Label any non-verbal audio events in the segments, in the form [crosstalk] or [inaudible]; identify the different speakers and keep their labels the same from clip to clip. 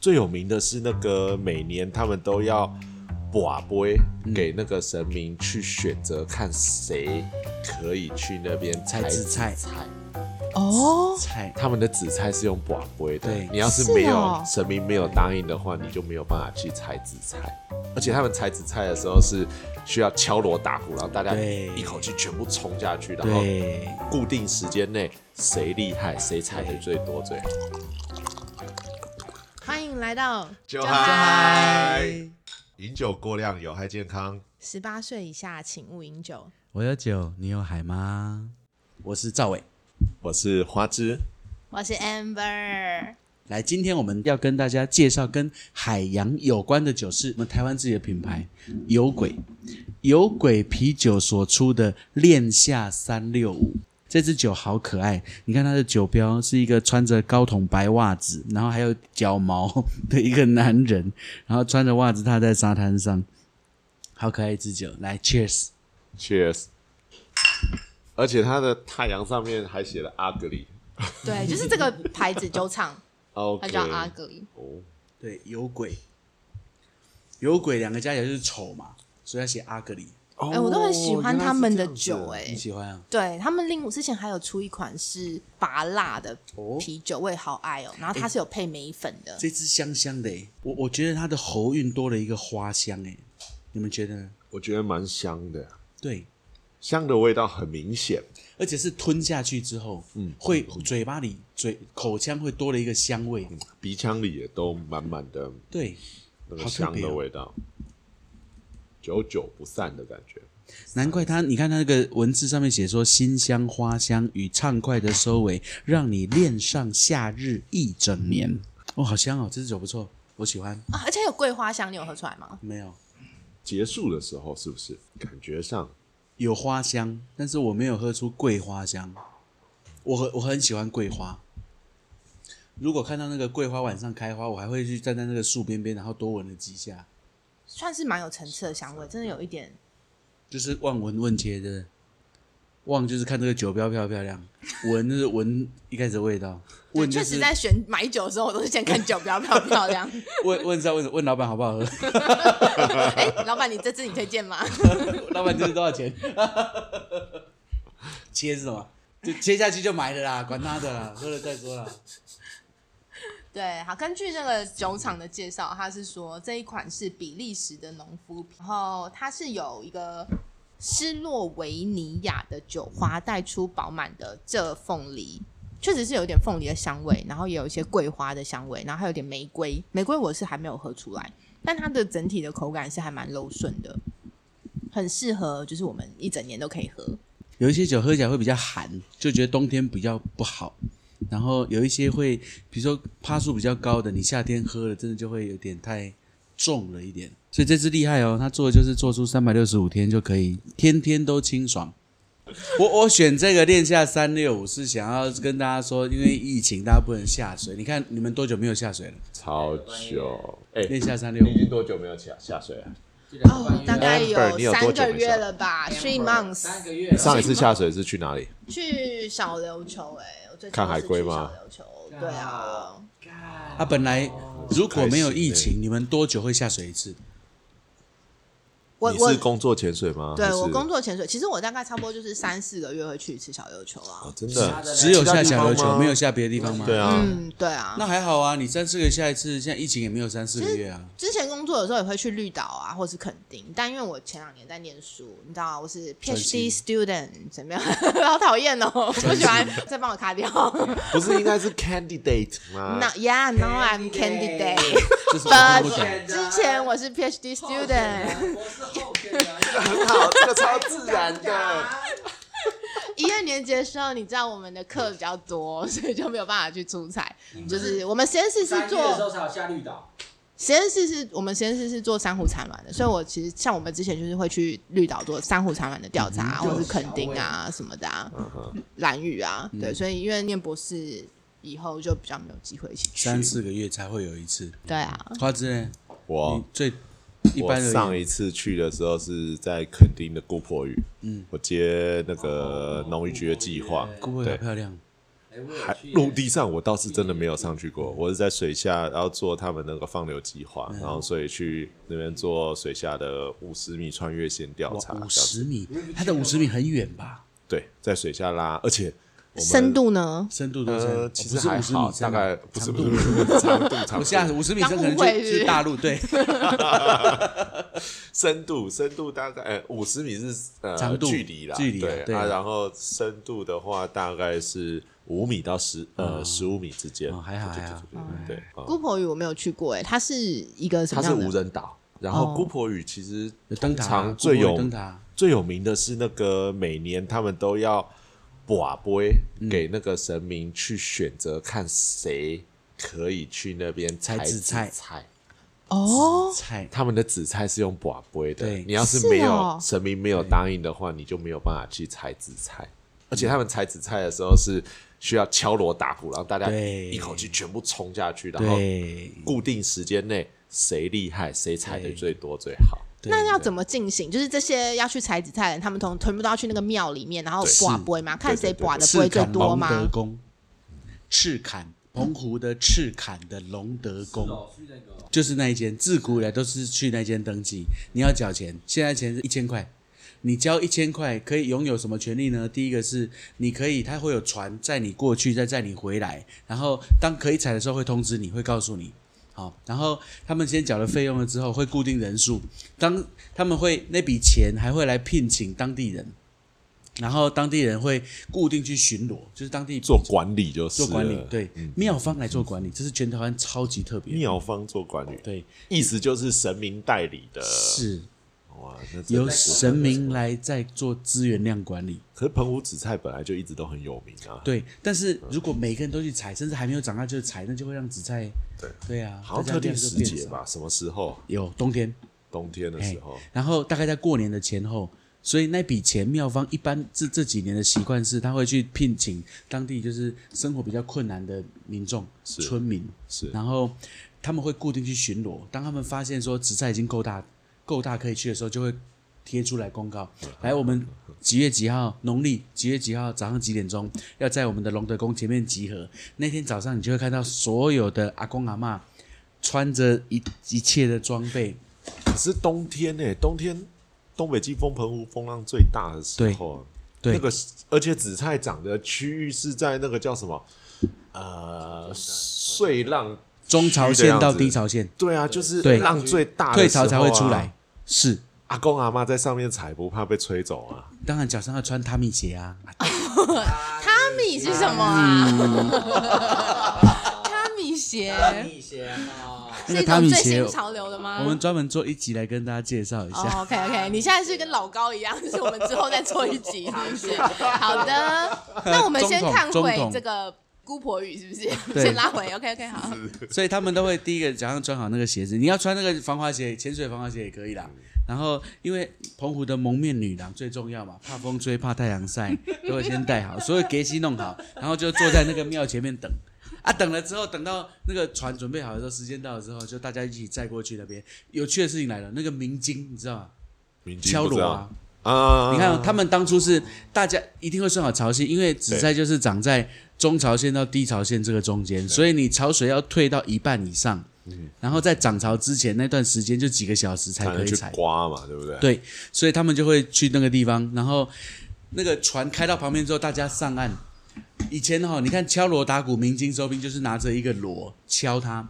Speaker 1: 最有名的是那个每年他们都要卜杯给那个神明去选择，看谁可以去那边
Speaker 2: 采
Speaker 1: 采
Speaker 2: 紫菜
Speaker 1: 采
Speaker 3: 哦，
Speaker 2: 菜
Speaker 1: 他们的紫菜是用卜龟的
Speaker 2: 对，
Speaker 1: 你要是
Speaker 3: 是
Speaker 1: 没有、
Speaker 3: 哦
Speaker 1: 神明没有答应的话，你就没有办法去采紫菜。而且他们采紫菜的时候是需要敲锣打鼓，然后大家
Speaker 2: 对
Speaker 1: 一口气全部冲下去，然后
Speaker 2: 对，
Speaker 1: 固定时间内谁厉害谁采的最多最好。
Speaker 3: 欢迎来到
Speaker 1: 就
Speaker 3: 嗨，
Speaker 1: 饮酒过量有害健康。
Speaker 3: 十八岁以下请勿饮酒。
Speaker 2: 我有酒，你有海吗？我是赵伟。
Speaker 1: 我是花枝，
Speaker 3: 我是 Amber，
Speaker 2: 来，今天我们要跟大家介绍跟海洋有关的酒，是我们台湾自己的品牌“有鬼”，有鬼啤酒所出的“恋夏三六五”。这支酒好可爱，你看它的酒标是一个穿着高筒白袜子，然后还有脚毛 [laughs] 的一个男人，然后穿着袜子踏在沙滩上，好可爱一支酒。来，Cheers！
Speaker 1: Cheers！而且它的太阳上面还写了阿格里。
Speaker 3: [laughs] 对，就是这个牌子酒 [laughs] 厂，它
Speaker 1: OK，
Speaker 3: 叫阿格里。
Speaker 1: 哦，
Speaker 2: 对，有鬼，有鬼两个加起来就是丑嘛，所以要写阿格里。
Speaker 1: 哎、
Speaker 3: 哎我都很喜欢他们的酒哎
Speaker 2: 你喜欢啊？
Speaker 3: 对他们另之前还有出一款是拔辣的
Speaker 2: 哦哎
Speaker 3: 啤酒，我也好爱哦。然后它是有配梅粉的，
Speaker 2: 这支香香的欸，我我觉得它的喉韵多了一个花香哎，你们觉得呢？
Speaker 1: 我觉得蛮香的，
Speaker 2: 对，
Speaker 1: 香的味道很明显。
Speaker 2: 而且是吞下去之后，嗯，会嘴巴里嘴口腔会多了一个香味，
Speaker 1: 鼻腔里也都满满的
Speaker 2: 对，
Speaker 1: 那个
Speaker 2: 好特
Speaker 1: 香
Speaker 2: 别
Speaker 1: 的
Speaker 2: 哦
Speaker 1: 味道，久久不散的感觉。
Speaker 2: 难怪它，你看它那个文字上面写说馨香花香与畅快的收尾，让你恋上夏日一整年。哦，好香哦，这支酒不错，我喜欢。
Speaker 3: 啊而且有桂花香，你有喝出来吗？
Speaker 2: 没有
Speaker 1: 结束的时候是不是感觉上
Speaker 2: 有花香，但是我没有喝出桂花香。我很我很喜欢桂花。如果看到那个桂花晚上开花，我还会去站在那个树边边，然后多闻了几下，
Speaker 3: 算是蛮有层次的香味，真的有一点
Speaker 2: 就是望闻问切的。望就是看这个酒标漂不漂
Speaker 3: [laughs]
Speaker 2: 亮，闻就是闻一开始的味道，
Speaker 3: 对
Speaker 2: 问就
Speaker 3: 确
Speaker 2: 是
Speaker 3: 实在选买酒的时候，我都是先看酒标漂不漂亮。
Speaker 2: [laughs] 问问是要问问老板好不好喝，
Speaker 3: [laughs] 哎、老板，你这支你推荐吗？
Speaker 2: 老板这是多少钱？ [laughs] 切是什么？就切下去就买了啦，管他的啦，喝了再说啦。
Speaker 3: 对，好，根据这个酒厂的介绍，他是说这一款是比利时的农夫啤，然后它是有一个斯洛维尼亚的酒花带出饱满的这凤梨，确实是有点凤梨的香味，然后也有一些桂花的香味，然后还有点玫瑰，玫瑰我是还没有喝出来，但它的整体的口感是还蛮柔顺的，很适合就是我们一整年都可以喝。
Speaker 2: 有一些酒喝起来会比较寒，就觉得冬天比较不好。然后有一些会，比如说趴数比较高的，你夏天喝了真的就会有点太重了一点。所以这支厉害哦，它做的就是做出三百六十五天就可以，天天都清爽。我我选这个练下三六五是想要跟大家说，因为疫情大家不能下水。你看你们多久没有下水了？
Speaker 1: 超久？哎、
Speaker 2: 练下三六
Speaker 1: 你已
Speaker 2: 五，
Speaker 1: 经多久没有下下水啊了？
Speaker 3: 哦，大概有
Speaker 1: Amber，你有多
Speaker 3: 三
Speaker 1: 久没
Speaker 3: 个月
Speaker 1: 下
Speaker 3: 了吧，three months。
Speaker 2: 个月了
Speaker 1: 上一次下水是去哪里？
Speaker 3: 去小琉球哎、我最近
Speaker 1: 看海龟吗
Speaker 3: 是去小琉球，对啊，
Speaker 2: 啊，本来如果没有疫
Speaker 1: 开心
Speaker 2: 情，你们多久会下水一次？
Speaker 3: 我
Speaker 1: 你
Speaker 3: 我
Speaker 1: 是工作潜水吗？还
Speaker 3: 对
Speaker 1: 是
Speaker 3: 我工作潜水，其实我大概差不多就是三四个月会去一次小琉球啊
Speaker 1: 哦。真的
Speaker 2: 只有下
Speaker 1: 其
Speaker 2: 小
Speaker 1: 他地方
Speaker 2: 琉球，
Speaker 1: 吗
Speaker 2: 没有下别的地方吗？
Speaker 1: 对啊，
Speaker 3: 嗯，对啊。
Speaker 2: 那还好啊，你三四个月下一次，现在疫情也没有三四个月啊。
Speaker 3: 之前工作的时候也会去绿岛啊，或是垦丁，但因为我前两年在念书，你知道、啊、我是
Speaker 2: 专
Speaker 3: PhD
Speaker 2: 心
Speaker 3: student，怎么样？ [laughs] 好讨厌哦，我不喜欢，再帮我
Speaker 1: [laughs]
Speaker 3: 卡掉。
Speaker 1: 不是应该是 candidate
Speaker 3: [laughs]
Speaker 1: 吗？
Speaker 3: Now, yeah, now I'm candidate.
Speaker 2: 这是我听不懂。
Speaker 3: 之前我是 PhD student，
Speaker 1: 很好，这个超自然的。
Speaker 3: 一二年级的时候，你知道我们的课比较多，所以就没有办法去出差。就是我们实验室是做
Speaker 4: 才有下绿岛，
Speaker 3: 实验室是我们实验室是做珊瑚产卵的，所以我其实像我们之前就是会去绿岛做珊瑚产卵的调查啊，
Speaker 4: 嗯
Speaker 3: 或是垦丁啊什么的啊，
Speaker 1: 嗯
Speaker 3: 蓝屿啊，对，所以因为念博士以后就比较没有机会一起去。
Speaker 2: 三四个月才会有一次。
Speaker 3: 对啊，
Speaker 2: 花枝呢？
Speaker 1: [laughs] 我
Speaker 2: 你最一
Speaker 1: 哦我
Speaker 2: 般而
Speaker 1: 上
Speaker 2: 言
Speaker 1: 一次去的时候是在垦丁的姑婆屿，嗯，我接那个农渔局的计划，
Speaker 2: 姑婆好
Speaker 1: 对
Speaker 2: 漂亮，
Speaker 4: 哎我有
Speaker 1: 海
Speaker 4: 去
Speaker 1: 陆地上我倒是真的没有上去过，我是在水下，然后做他们那个放流计划，
Speaker 2: 嗯
Speaker 1: 然后所以去那边做水下的五十米穿越线调查，这
Speaker 2: 哇，五
Speaker 1: 样子
Speaker 2: 十米，它的五十米很远吧？
Speaker 1: 对，在水下拉，而且我们
Speaker 3: 深度呢？
Speaker 2: 深度多深？
Speaker 1: 呃
Speaker 2: 哦
Speaker 1: 其
Speaker 2: 不
Speaker 1: 实
Speaker 2: 是
Speaker 1: 还
Speaker 2: 五十米
Speaker 1: 好，
Speaker 2: 深
Speaker 1: 大
Speaker 2: 啊，
Speaker 1: 概不是
Speaker 2: 长
Speaker 1: 不
Speaker 2: 度
Speaker 1: 是不
Speaker 2: [laughs]
Speaker 1: 是长度长度
Speaker 2: 不是啊，五十米深可能
Speaker 3: 刚误会
Speaker 2: 就是
Speaker 3: 不是
Speaker 2: 是大
Speaker 1: [laughs]
Speaker 2: 陆对，
Speaker 1: 深度，深度大概呃五十米是呃
Speaker 2: 长度
Speaker 1: 距离啦，
Speaker 2: 距离啊
Speaker 1: 对
Speaker 2: 对啊
Speaker 1: 啊，然后深度的话大概是五米到十呃十五米之间
Speaker 2: 哦，还好
Speaker 1: 对
Speaker 2: 还好嗯
Speaker 1: 对对对对，啊
Speaker 3: 姑婆屿我没有去过、哎，它是一个什
Speaker 1: 它
Speaker 3: 么
Speaker 1: 是
Speaker 3: 样的？
Speaker 1: 无人岛，然
Speaker 3: 哦
Speaker 1: 后姑婆屿其实
Speaker 2: 有灯
Speaker 1: 通
Speaker 2: 塔啊
Speaker 1: 常
Speaker 2: 古
Speaker 1: 最
Speaker 2: 堡有
Speaker 1: 有
Speaker 2: 灯塔啊，
Speaker 1: 最有名的是那个每年他们都要把杯给那个神明去选择，看谁可以去那边
Speaker 2: 采
Speaker 1: 紫
Speaker 2: 紫菜
Speaker 1: 菜。
Speaker 3: 哦，
Speaker 2: 菜
Speaker 1: 他们的紫菜是用把杯的
Speaker 2: 对，
Speaker 1: 你要是
Speaker 3: 是
Speaker 1: 没有、
Speaker 3: 哦
Speaker 1: 神明没有答应的话，你就没有办法去采紫菜。而且他们采紫菜的时候是需要敲锣打鼓，然后大家
Speaker 2: 对
Speaker 1: 一口气全部冲下去，然后
Speaker 2: 对
Speaker 1: 固定时间内谁厉害谁采的
Speaker 2: 对
Speaker 1: 最多最好。
Speaker 2: 对
Speaker 3: 那要怎么进行？就是这些要去采紫菜的人，他们同全部都要去那个庙里面，然后
Speaker 1: 对
Speaker 3: 卜卜嘛，看谁卜啊的
Speaker 2: 赤
Speaker 3: 卜最
Speaker 2: 坎
Speaker 3: 多
Speaker 2: 龙德
Speaker 3: 嘛。
Speaker 2: 宫，赤坎澎湖的赤坎的龙德宫。
Speaker 4: 哦，去那个哦
Speaker 2: 就是那一间，自古以来都是去那间登记，你要缴钱，现在钱是一千块。你交一千块可以拥有什么权利呢？第一个是你可以，它会有船载你过去，再载你回来。然后当可以采的时候会通知你，会告诉你。好，然后他们先缴了费用了之后，会固定人数。当他们会那笔钱还会来聘请当地人，然后当地人会固定去巡逻，就是当地
Speaker 1: 做嗯管理就是
Speaker 2: 做管理
Speaker 1: 了，
Speaker 2: 对庙方来做管理，这是全台湾超级特别的。
Speaker 1: 妙方做管理，
Speaker 2: 对，
Speaker 1: 意思就是神明代理的，
Speaker 2: 是
Speaker 1: 哇，那真的
Speaker 2: 由
Speaker 1: 是
Speaker 2: 神明来在做资源量管理，
Speaker 1: 可是澎湖紫菜本来就一直都很有名啊，
Speaker 2: 对。但是如果每个人都去采，甚至还没有长大就采，那就会让紫菜
Speaker 1: 对
Speaker 2: 对啊，
Speaker 1: 好像
Speaker 2: 大家
Speaker 1: 特定
Speaker 2: 量就
Speaker 1: 时
Speaker 2: 变
Speaker 1: 节
Speaker 2: 少。
Speaker 1: 吧，什么时候？
Speaker 2: 有冬天，
Speaker 1: 冬天的时候，
Speaker 2: 然后大概在过年的前后，所以那笔钱妙方一般这这几年的习惯是，他会去聘请当地就是生活比较困难的民众、
Speaker 1: 是
Speaker 2: 村民，
Speaker 1: 是
Speaker 2: 然后他们会固定去巡逻。当他们发现说紫菜已经够大、够大可以去的时候，就会贴出来公告：
Speaker 1: 嗯
Speaker 2: 来，我们几月几号，农历几月几号早上几点钟，要在我们的龙德宫前面集合。那天早上，你就会看到所有的阿公阿嬷穿着一一切的装备，
Speaker 1: 可是冬天呢、冬天东北季风、澎湖风浪最大的时候啊，
Speaker 2: 对
Speaker 1: 那
Speaker 2: 对
Speaker 1: 个而且紫菜长的区域是在那个叫什么？呃，碎浪，
Speaker 2: 中潮线到低潮线，
Speaker 1: 对啊，就是
Speaker 2: 对
Speaker 1: 浪最大的
Speaker 2: 退潮才会
Speaker 1: 时候啊
Speaker 2: 出来。。是，
Speaker 1: 阿公阿妈在上面踩，不怕被吹走啊？
Speaker 2: 当然脚上要穿踏米鞋啊，
Speaker 3: 哦
Speaker 2: [laughs]
Speaker 3: 卡米是什么啊？卡米鞋
Speaker 4: 密歇啊，
Speaker 2: 那
Speaker 3: 是
Speaker 2: 个
Speaker 3: 一
Speaker 2: 踏
Speaker 3: 种
Speaker 2: 米
Speaker 3: 最
Speaker 2: 鞋
Speaker 3: 新，潮流的吗？
Speaker 2: 我们专门做一集来跟大家介绍一下。
Speaker 3: 哦、o k OK，你现在是跟老高一样，就是我们之后再做一集，是
Speaker 2: [laughs]
Speaker 3: 不是？好的，那我们先看
Speaker 2: 中
Speaker 3: 回
Speaker 2: 统
Speaker 3: 这个姑婆语，是不是？
Speaker 2: 对
Speaker 3: 先拉回，OK OK，好。
Speaker 2: [laughs] 所以他们都会第一个脚上穿好那个鞋子，你要穿那个防滑鞋，潜水防滑鞋也可以啦。然后因为澎湖的蒙面女郎最重要嘛，怕风吹怕太阳晒， [laughs] 都会先戴好，所有给息弄好，然后就坐在那个庙前面等。啊，等了之后，等到那个船准备好的时候，时间到了之后，就大家一起载过去那边。有趣的事情来了，那个明经你知道吗？
Speaker 1: 民间
Speaker 2: 敲
Speaker 1: 不知
Speaker 2: 锣
Speaker 1: 道
Speaker 2: 啊，
Speaker 1: 啊！
Speaker 2: 你看哦、他们当初是大家一定会算好潮汐，因为紫菜就是长在中潮线到低潮线这个中间，所以你潮水要退到一半以上，然后在涨潮之前那段时间就几个小时
Speaker 1: 嗯
Speaker 2: 才
Speaker 1: 才
Speaker 2: 可
Speaker 1: 能
Speaker 2: 以
Speaker 1: 去
Speaker 2: 采，
Speaker 1: 刮嘛，对不对？
Speaker 2: 对所以他们就会去那个地方，然后那个船开到旁边之后，大家上岸。以前哈、哦，你看敲锣打鼓、鸣金收兵，就是拿着一个锣敲它，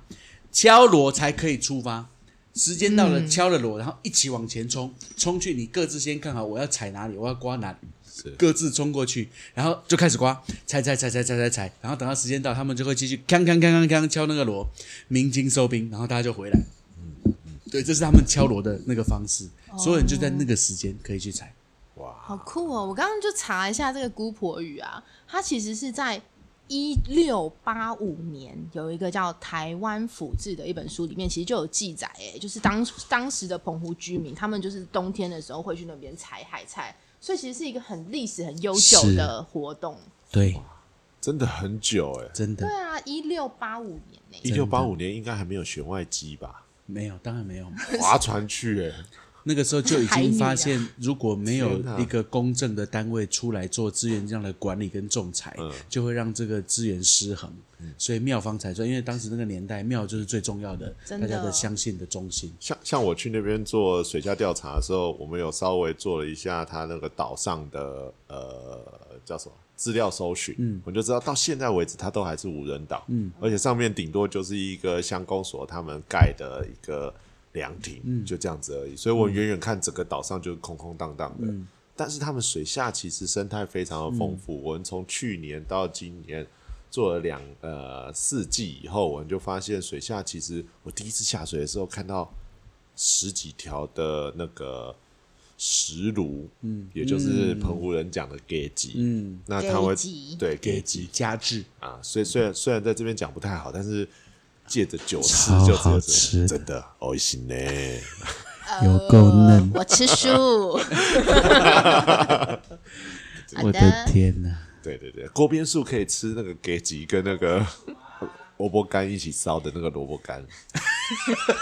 Speaker 2: 敲锣才可以出发。时间到了，敲了锣，然后一起往前冲，冲去你各自先看好我要踩哪里，我要刮哪里，
Speaker 1: 是
Speaker 2: 各自冲过去，然后就开始刮，踩踩踩踩踩踩踩，然后等到时间到，他们就会继续锵锵锵锵锵敲那个锣，鸣金收兵，然后大家就回来。对，这是他们敲锣的那个方式，
Speaker 3: 哦
Speaker 2: 所有人就在那个时间可以去踩。
Speaker 1: 哇，
Speaker 3: 好酷哦！我刚刚就查一下这个姑婆语啊，它其实是在一六八五年有一个叫《台湾府志》的一本书里面，其实就有记载，哎，就是当当时的澎湖居民，他们就是冬天的时候会去那边采海菜，所以其实是一个很历史很悠久
Speaker 2: 是
Speaker 3: 的活动。
Speaker 2: 对，
Speaker 1: 真的很久哎、
Speaker 2: 真的
Speaker 3: 对啊，一六八五年呢、
Speaker 1: 一九八五年应该还没有弦外机吧？
Speaker 2: 没有，当然没有。 [laughs]
Speaker 1: 划船去哎、
Speaker 2: 那个时候就已
Speaker 3: 海女
Speaker 2: 经
Speaker 3: 啊
Speaker 2: 发现，如果没有
Speaker 1: 天哪
Speaker 2: 一个公正的单位出来做资源这样的管理跟仲裁，就会让这个资源失衡。所以庙方才说，因为当时那个年代，庙就是最重要的，
Speaker 3: 真
Speaker 2: 大
Speaker 3: 的
Speaker 2: 家的相信的中心。
Speaker 1: 像像我去那边做水下调查的时候，我们有稍微做了一下它那个岛上的呃叫什么资料搜寻，嗯，我就知道到现在为止它都还是无人岛，嗯，而且上面顶多就是一个乡公所他们盖的一个凉亭，嗯，就这样子而已。所以我远远看整个岛上就是空空荡荡的，但是他们水下其实生态非常的丰富。
Speaker 2: 嗯
Speaker 1: 我们从去年到今年做了两呃四季以后，我们就发现水下其实我第一次下水的时候看到十几条的那个石鲈，嗯，也就是澎湖人讲的 gay 鸡，
Speaker 2: 嗯，
Speaker 1: 那他会
Speaker 3: gay 鸡
Speaker 1: 对 gay
Speaker 2: 及
Speaker 1: 鸡
Speaker 2: 加制，
Speaker 1: 啊，所以虽然虽然在这边讲不太好，但是。借着酒吃
Speaker 2: 超
Speaker 1: 就只
Speaker 2: 好
Speaker 1: 有
Speaker 2: 吃
Speaker 1: 这
Speaker 2: 的
Speaker 1: 真的哦，行呢，
Speaker 2: 有够嫩
Speaker 3: 呃，我吃
Speaker 2: [laughs]
Speaker 3: 素。好
Speaker 2: 我的
Speaker 3: 的，
Speaker 2: 天哪！
Speaker 1: 对对对，锅边素可以吃那个给吉跟那个 [laughs] 萝卜干一起烧的那个萝卜干，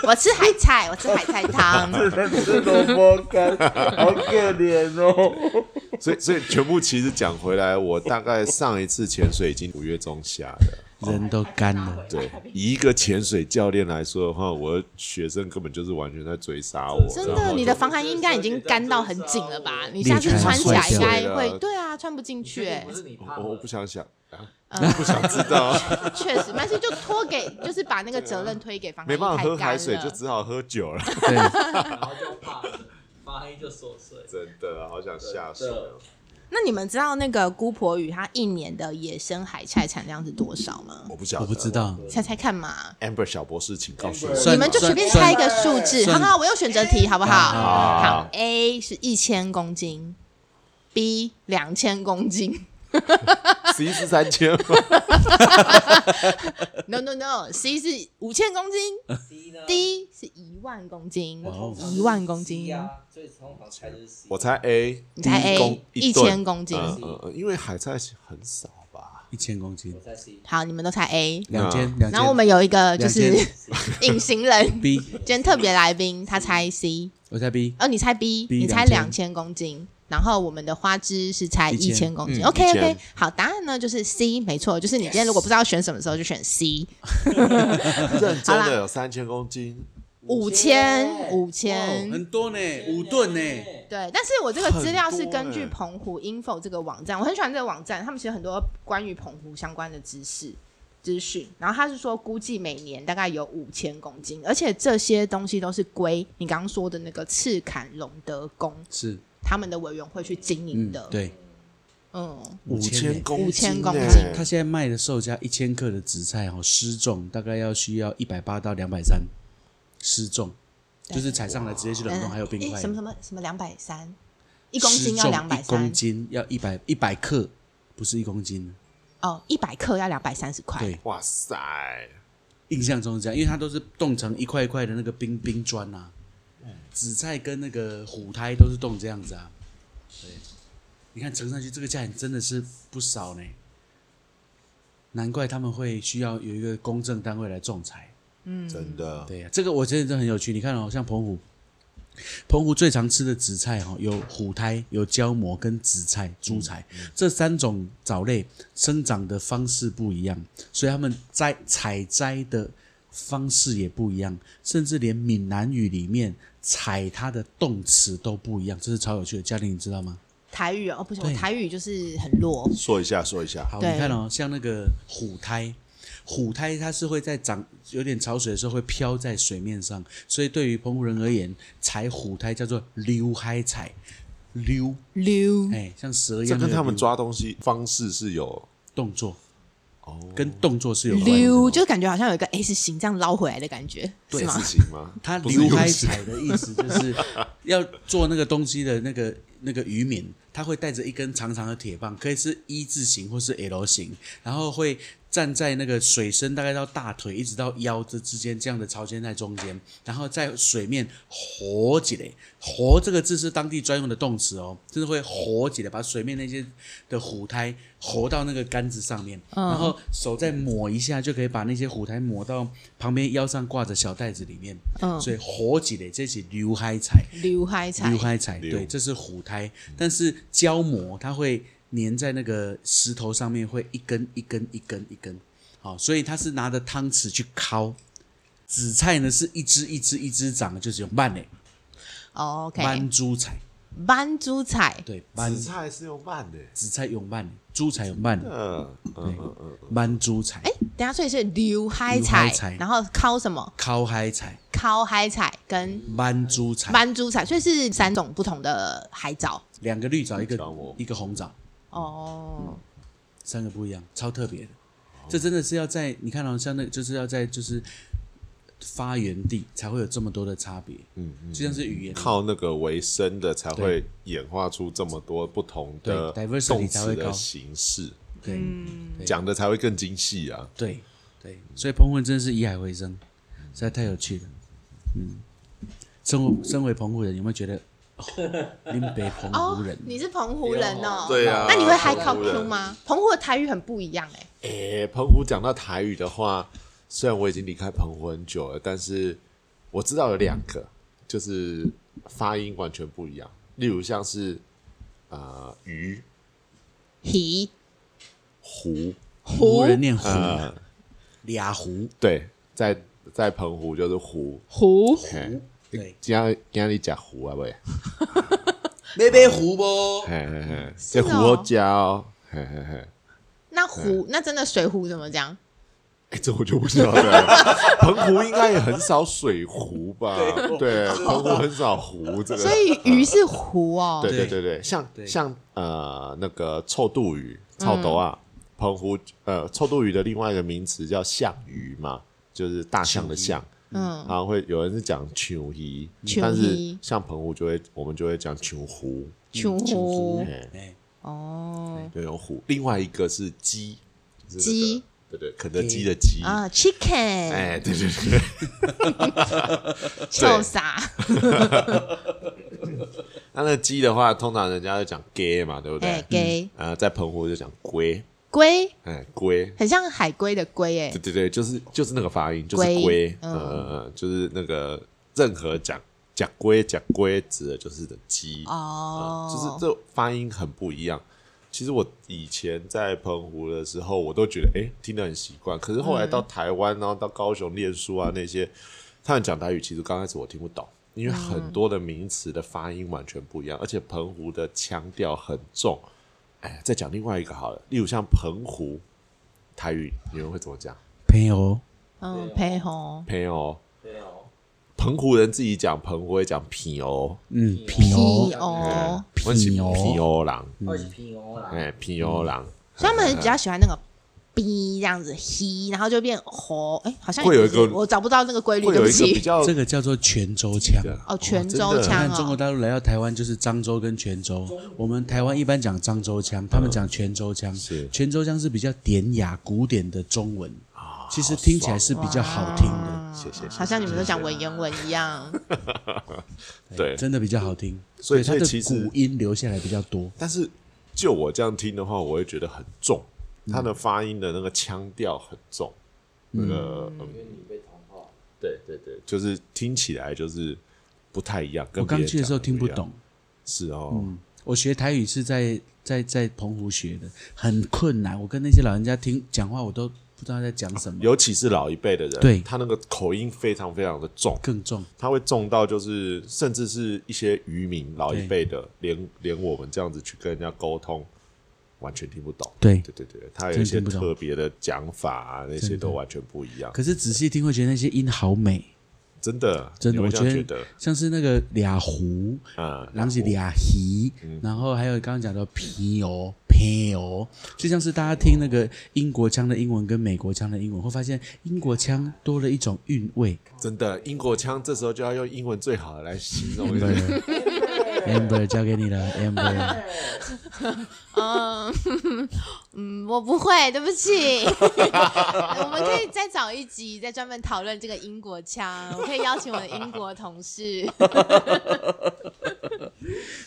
Speaker 3: 我吃海菜，我吃海菜汤。
Speaker 2: 是萝卜干，好可怜哦。
Speaker 1: 所以所以全部其实讲回来，我大概上一次潜水已经五月中下了。
Speaker 2: 人都干了，
Speaker 3: [laughs]
Speaker 1: 对，以一个潜水教练来说的话，我的学生根本就是完全在追杀我。
Speaker 3: 真
Speaker 1: 然
Speaker 3: 的，
Speaker 1: 后
Speaker 3: 你的防寒衣应该已经干到很紧了吧？你下次
Speaker 2: 裂开
Speaker 3: 穿
Speaker 2: 坏
Speaker 3: 起来应
Speaker 2: 掉
Speaker 3: 该
Speaker 1: 了
Speaker 3: 会，对啊，穿不进去哎
Speaker 4: 不。是你怕
Speaker 1: 我我
Speaker 4: 的
Speaker 1: 不，想想，啊
Speaker 3: 呃
Speaker 1: 不想知道，
Speaker 3: [laughs] 确实，但是就托给，就是把那个责任推给防
Speaker 1: [laughs] 啊没
Speaker 3: 寒衣
Speaker 1: 办法喝
Speaker 3: 太干
Speaker 1: 海水，就
Speaker 3: 了。
Speaker 1: 只好喝酒了。
Speaker 2: 对，
Speaker 4: 然后就怕了，发音就琐碎。
Speaker 1: 真的，好想下水哦。
Speaker 3: 那你们知道那个姑婆鱼它一年的野生海菜产量是多少吗？
Speaker 1: 我不晓得，
Speaker 2: 我不知。道，
Speaker 3: 猜猜看嘛，
Speaker 1: Amber 小博士，请告诉我。
Speaker 2: Amber 算
Speaker 3: 你们就随便猜一个数字，好
Speaker 2: 算
Speaker 3: 好，我用选择题，好不好？
Speaker 2: 好
Speaker 1: 啊
Speaker 3: 好，A 是一千公斤，B 两千公斤
Speaker 1: 十一是三千吗？
Speaker 3: ，No No No，C 是五千公斤
Speaker 4: C 呢
Speaker 3: ，D 是一万公斤
Speaker 2: 哇哦，
Speaker 3: 一万公斤
Speaker 4: C。啊，所以通常猜就是 C。
Speaker 1: 我猜 A，
Speaker 3: 你猜
Speaker 1: 第一
Speaker 3: A，
Speaker 1: 公
Speaker 3: 一
Speaker 1: 吨
Speaker 3: 千公斤
Speaker 1: 嗯嗯嗯，因为海菜很少
Speaker 3: [laughs]
Speaker 1: 吧？
Speaker 2: 一千公斤
Speaker 4: 我，猜 C。
Speaker 3: 好，你们都猜 A，
Speaker 2: 两千，
Speaker 1: 嗯
Speaker 2: 两千。
Speaker 3: 然后我们有一个就是
Speaker 2: 两
Speaker 3: 隐
Speaker 2: [laughs]
Speaker 3: 形人，
Speaker 2: B，
Speaker 3: 今天特别来宾他猜 C，
Speaker 2: 我猜 B，
Speaker 3: 哦，你猜 B，
Speaker 2: B，
Speaker 3: 你猜两
Speaker 2: 2000
Speaker 3: 千公斤，然后我们的花枝是猜一
Speaker 2: 1000
Speaker 3: 千公斤。
Speaker 1: 嗯
Speaker 3: OK OK，
Speaker 1: 1000
Speaker 3: 好，答案呢就是 C，没错，就是你今天如果不知道选什么时候，就选 C，
Speaker 1: 认真
Speaker 3: 好啦
Speaker 1: 的有三千公斤，
Speaker 3: 五千
Speaker 4: 千
Speaker 3: 五
Speaker 2: 哦
Speaker 3: 千。
Speaker 2: 很多呢，五吨呢。
Speaker 3: 对，但是我这个资料是根
Speaker 1: 很多
Speaker 3: 据
Speaker 1: 欸
Speaker 3: 澎湖 info 这个网站，我很喜欢这个网站，他们其实很多关于澎湖相关的知识资讯。然后他是说，估计每年大概有五千公斤，而且这些东西都是归你刚刚说的那个赤坎隆德宫
Speaker 2: 是，
Speaker 3: 他们的委员会去经营
Speaker 2: 嗯
Speaker 3: 的。，，
Speaker 2: 对，
Speaker 3: 嗯，
Speaker 1: 五
Speaker 2: 5000
Speaker 1: 千公斤，
Speaker 3: 5000公斤
Speaker 2: 它现在卖的售价一千克的紫菜哦，失重大概要需要一百八到两百三，失重就是采上来直接去冷冻，还有冰块
Speaker 3: 嗯诶，什么什么什么两百三，一公斤
Speaker 2: 失
Speaker 3: 要
Speaker 2: 重
Speaker 3: 两百
Speaker 2: 一公
Speaker 3: 三，
Speaker 2: 斤要一百一百克，不是一公斤。
Speaker 3: 哦，一百克要两百三十块。
Speaker 2: 对，
Speaker 1: 哇塞！
Speaker 2: 印象中是这样，因为它都是冻成一块一块的那个冰冰砖啊，紫菜跟那个虎胎都是冻这样子啊。对，你看乘上去这个价钱真的是不少呢，难怪他们会需要有一个公证单位来仲裁。
Speaker 3: 嗯
Speaker 1: 真的，
Speaker 2: 对呀、这个我觉得真的很有趣。你看哦，像澎湖，澎湖最常吃的紫菜哈、哦，有虎苔、有胶膜跟紫菜、珠菜、这三种藻类生长的方式不一样，所以他们摘采摘的方式也不一样，甚至连闽南语里面采它的动词都不一样，这是超有趣的。嘉玲，你知道吗？
Speaker 3: 台语哦，不行，我
Speaker 2: 对
Speaker 3: 台语就是很弱。
Speaker 1: 说一下，说一下，
Speaker 2: 好，
Speaker 3: 对
Speaker 2: 你看哦，像那个虎胎，虎胎它是会在涨有点潮水的时候会飘在水面上，所以对于澎湖人而言，采虎胎叫做溜嗨采，溜，
Speaker 3: 溜
Speaker 2: 哎，像蛇一
Speaker 1: 这
Speaker 2: 样的溜，
Speaker 1: 跟他们抓东西方式是有
Speaker 2: 动作
Speaker 1: 哦
Speaker 2: 跟动作是有关的。
Speaker 3: 溜，就感觉好像有一个 S 型这样捞回来的感觉，是
Speaker 1: 对
Speaker 3: 吗
Speaker 1: 事？情吗？
Speaker 2: [laughs] 它
Speaker 1: 不是
Speaker 2: 溜嗨
Speaker 1: 游戏
Speaker 2: 采的意思就是要做那个东西的那个那个渔民，它会带着一根长长的铁棒，可以是一字形或是 L 型，然后会站在那个水深大概到大腿一直到腰这之间这样的潮间带中间，然后在水面活起来。活这个字是当地专用的动词哦，就是会活起来，把水面那些的虎胎活到那个杆子上面，
Speaker 3: 嗯
Speaker 2: 然后手再抹一下，就可以把那些虎胎抹到旁边腰上挂着小袋子里面。
Speaker 3: 嗯，
Speaker 2: 所以活起来，这是刘海彩。
Speaker 3: 刘海彩
Speaker 2: 溜，开彩，
Speaker 1: 溜
Speaker 2: 对，这是虎胎，但是胶膜它会粘在那个石头上面，会一根一根一根一根，好，所以它是拿着汤匙去敲。紫菜呢是一只一只一只长的，就是用蔓嘞，
Speaker 3: 哦
Speaker 2: 蔓
Speaker 3: ，OK，
Speaker 2: 珠菜，
Speaker 3: 斑珠彩，
Speaker 2: 对，蔓
Speaker 1: 紫菜是用慢的，
Speaker 2: 紫菜用蔓，珠菜用蔓，
Speaker 1: 嗯嗯嗯嗯嗯，
Speaker 2: 蔓珠菜，
Speaker 3: 哎，等一下，所以是刘海
Speaker 2: 刘海
Speaker 3: 彩
Speaker 2: 彩，
Speaker 3: 然后敲什么？
Speaker 2: 烤海菜，
Speaker 3: 敲海彩跟
Speaker 2: 蔓珠菜，
Speaker 3: 斑珠彩，所以是三种不同的海藻。
Speaker 2: 两个绿藻，一
Speaker 1: 胶
Speaker 2: 个
Speaker 1: 膜
Speaker 2: 一个红藻，
Speaker 3: 哦，
Speaker 2: 三个不一样，超特别的。这真的是要在你看哦，像那就是要在就是发源地才会有这么多的差别。嗯嗯，就像是语言
Speaker 1: 靠那个为生的才会演化出这么多不同的
Speaker 2: 对，diversity
Speaker 1: 动
Speaker 2: 才会
Speaker 1: 词
Speaker 2: 高
Speaker 1: 的形式，
Speaker 2: 对
Speaker 3: 嗯
Speaker 2: 对
Speaker 1: 讲的才会更精细啊。
Speaker 2: 对对，所以彭文真是以海为生，实在太有趣了。嗯，身为身为澎湖人，有没有觉得 [laughs] 哦林北澎湖
Speaker 3: 哦
Speaker 2: 人，
Speaker 3: 你是澎湖人哦，
Speaker 1: 对啊
Speaker 3: 那你会 high
Speaker 1: 澎湖
Speaker 3: q
Speaker 1: 人
Speaker 3: 吗？澎湖的台语很不一样哎，
Speaker 1: 诶、澎湖讲到台语的话，虽然我已经离开澎湖很久了，但是我知道有两个，就是发音完全不一样。例如像是啊、呃鱼
Speaker 3: 皮
Speaker 1: 湖，
Speaker 2: 湖
Speaker 3: 湖
Speaker 2: 人念湖，
Speaker 1: 呃，
Speaker 2: 俩湖，
Speaker 1: 对，在在澎湖就是湖，
Speaker 3: 湖
Speaker 1: 嘿
Speaker 2: 对，
Speaker 1: 今天今天你讲湖啊喂，
Speaker 2: 北北湖不？
Speaker 1: 嘿嘿嘿，这
Speaker 3: 哦
Speaker 1: 湖好加哦，嘿嘿嘿。
Speaker 3: 那湖那真的水湖怎么讲？
Speaker 1: 哎，这我就不知道了。 [laughs] 澎湖应该也很少水湖吧？对，澎湖很少湖这个。
Speaker 3: 所以鱼是湖哦，
Speaker 1: 对对
Speaker 2: 对
Speaker 1: 对对，像
Speaker 2: 对
Speaker 1: 像呃那个臭肚鱼、臭豆啊，澎湖呃臭肚鱼的另外一个名词叫象鱼嘛，就是大象的象。
Speaker 3: 嗯，
Speaker 1: 然后会有人是讲球鱼
Speaker 3: 球，
Speaker 1: 但是
Speaker 3: 鱼
Speaker 1: 像澎湖就会我们就会讲球湖，
Speaker 3: 琼湖
Speaker 1: 哎，
Speaker 2: 哎，
Speaker 3: 哦
Speaker 1: 就有湖。另外一个是鸡，就是那个
Speaker 3: 鸡，
Speaker 1: 对对，肯德基的鸡。
Speaker 3: 啊，chicken
Speaker 1: 哎，对对对， [laughs]
Speaker 3: 秀啥？
Speaker 1: 那那鸡的话，通常人家就讲 gay [laughs] 嘛，对不
Speaker 3: 哎
Speaker 1: 对，？
Speaker 3: 给
Speaker 1: 啊，在澎湖就讲龟，
Speaker 3: 龟，
Speaker 1: 哎，龟，
Speaker 3: 很像海龟的龟哎
Speaker 1: 对，对对，就是就是那个发音，就是
Speaker 3: 龟
Speaker 1: 龟，
Speaker 3: 嗯
Speaker 1: 呃，就是那个任何讲讲龟讲龟指的就是的鸡，
Speaker 3: 哦，
Speaker 1: 就是这发音很不一样。其实我以前在澎湖的时候，我都觉得哎、诶听得很习惯，可是后来到
Speaker 3: 嗯
Speaker 1: 台湾，然后到高雄念书啊那些，他们讲台语，其实刚开始我听不懂，因为
Speaker 3: 嗯
Speaker 1: 很多的名词的发音完全不一样，而且澎湖的腔调很重。哎，再讲另外一个好了，例如像澎湖台语，你们会怎么讲？
Speaker 2: 朋友，
Speaker 3: 嗯，陪红
Speaker 1: 朋友，
Speaker 4: 对哦，
Speaker 1: 澎湖人自己讲澎湖会讲皮
Speaker 3: 哦
Speaker 1: 欧，
Speaker 2: 嗯，朋友
Speaker 3: 皮，哦，
Speaker 1: 我们是
Speaker 2: 皮欧
Speaker 1: 皮欧郎，
Speaker 4: 二十平欧啦，
Speaker 1: 哎，皮欧郎
Speaker 3: 所以他们比较喜欢那个 b 这样子 he，然后就变吼，哎，好像
Speaker 1: 会有
Speaker 3: 也不是
Speaker 1: 一个
Speaker 3: 我找不到那个规律，
Speaker 1: 会
Speaker 3: 对
Speaker 1: 有
Speaker 3: 不
Speaker 1: 一个比
Speaker 3: 起。
Speaker 1: 较
Speaker 2: 这个叫做泉州腔。
Speaker 3: 哦，泉
Speaker 1: 真
Speaker 3: 州
Speaker 1: 的
Speaker 3: 腔
Speaker 2: 看中国
Speaker 3: 哦，
Speaker 2: 大陆来到台湾就是漳州跟泉州，我们台湾一般讲漳州腔，他们讲泉州腔。
Speaker 1: 是
Speaker 2: 泉州腔是比较典雅古典的中文，
Speaker 1: 啊
Speaker 2: 其实听起来是比较好听的，
Speaker 1: 谢谢，
Speaker 3: 好像你们都讲文言文
Speaker 1: [laughs]
Speaker 3: 一样。
Speaker 1: 对，
Speaker 2: 哎真的比较好听。
Speaker 1: 所以
Speaker 2: 它
Speaker 1: 所以
Speaker 2: 的
Speaker 1: 其实
Speaker 2: 古音留下来比较多。
Speaker 1: 但是就我这样听的话，我会觉得很重，
Speaker 2: 嗯
Speaker 1: 他的发音的那个腔调很重，那个嗯
Speaker 4: 因为你被同化，
Speaker 1: 对对对，就是听起来就是不太一样。
Speaker 2: 我
Speaker 1: 跟别
Speaker 2: 刚
Speaker 1: 人
Speaker 2: 去的时候
Speaker 1: 讲
Speaker 2: 听不
Speaker 1: 一样，
Speaker 2: 懂，嗯
Speaker 1: 是哦，
Speaker 2: 我学台语是在在在澎湖学的，很困难。我跟那些老人家听讲话，我都不知道在讲什么，
Speaker 1: 尤其是老一辈的人，
Speaker 2: 对
Speaker 1: 他那个口音非常非常的重，
Speaker 2: 更重。
Speaker 1: 他会重到就是，甚至是一些渔民老一辈的，连连我们这样子去跟人家沟通，完全听不懂。
Speaker 2: 对
Speaker 1: 对对对，他有一些
Speaker 2: 真的听不懂
Speaker 1: 特别的讲法啊，那些都完全不一样，
Speaker 2: 可是仔细听会觉得那些音好美，
Speaker 1: 真的，
Speaker 2: 真
Speaker 1: 你
Speaker 2: 的，
Speaker 1: 会
Speaker 2: 我
Speaker 1: 这样觉
Speaker 2: 得像是那个俩湖，
Speaker 1: 啊，
Speaker 2: 然后是俩鱼，然后还有刚刚讲到皮油、皮油，就像是大家听那个英国腔的英文跟美国腔的英文，会发现英国腔多了一种韵味。 [laughs]
Speaker 1: 真的英国腔这时候就要用英文最好的来形容一下，
Speaker 2: Amber 交给你了，Amber。
Speaker 3: 嗯嗯，我不会，对不起。 [laughs] 我们可以再找一集，再专门讨论这个英国腔。我可以邀请我的英国同事。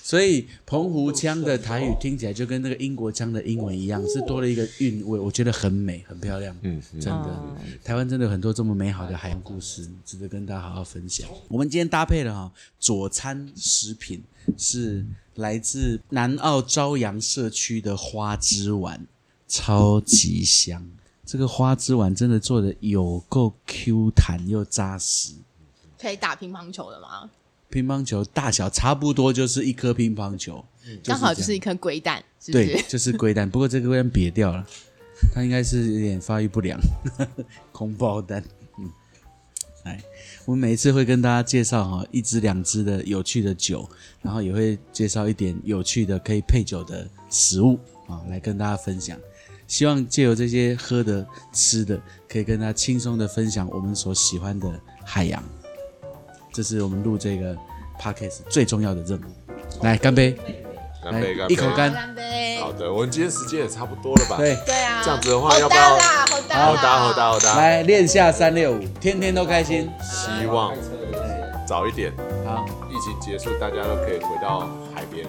Speaker 2: 所以澎湖腔的台语听起来就跟那个英国腔的英文一样，是多了一个韵味，我觉得很美，很漂亮。
Speaker 1: 嗯，嗯
Speaker 2: 真的，台湾真的有很多这么美好的海洋故事，值得跟大家好好分享。我们今天搭配了哈、佐餐食品是来自南澳朝阳社区的花枝丸，超级香。这个花枝丸真的做的有够 Q 弹又扎实，
Speaker 3: 可以打乒乓球的吗？
Speaker 2: 乒乓球大小差不多就是一颗乒乓球，
Speaker 3: 刚好就
Speaker 2: 这
Speaker 3: 是
Speaker 2: 样
Speaker 3: 一颗龟蛋，是不
Speaker 2: 对
Speaker 3: 是？，
Speaker 2: 就是龟蛋。不过这个龟蛋瘪掉了，它应该是有点发育不良，空包蛋。嗯，哎，我们每一次会跟大家介绍哈一支两支的有趣的酒，然后也会介绍一点有趣的可以配酒的食物啊，来跟大家分享。希望借由这些喝的、吃的，可以跟大家轻松的分享我们所喜欢的海洋。这是我们录这个 podcast 最重要的任务。来，干杯！
Speaker 1: 干
Speaker 2: 来
Speaker 1: 杯干杯，
Speaker 2: 一口干
Speaker 3: 干杯！
Speaker 1: 好的，我们今天时间也差不多了吧？
Speaker 2: 对，
Speaker 3: 对啊，
Speaker 1: 这样子的话
Speaker 3: 好
Speaker 1: 要不
Speaker 3: 大
Speaker 1: 要
Speaker 3: 啦，好大啦，
Speaker 1: 好打好打好打，
Speaker 2: 来练下三六五，天天都开心。
Speaker 1: 希望
Speaker 4: 开车的
Speaker 1: 早一点
Speaker 2: 好，
Speaker 1: 疫情结束，大家都可以回到海边，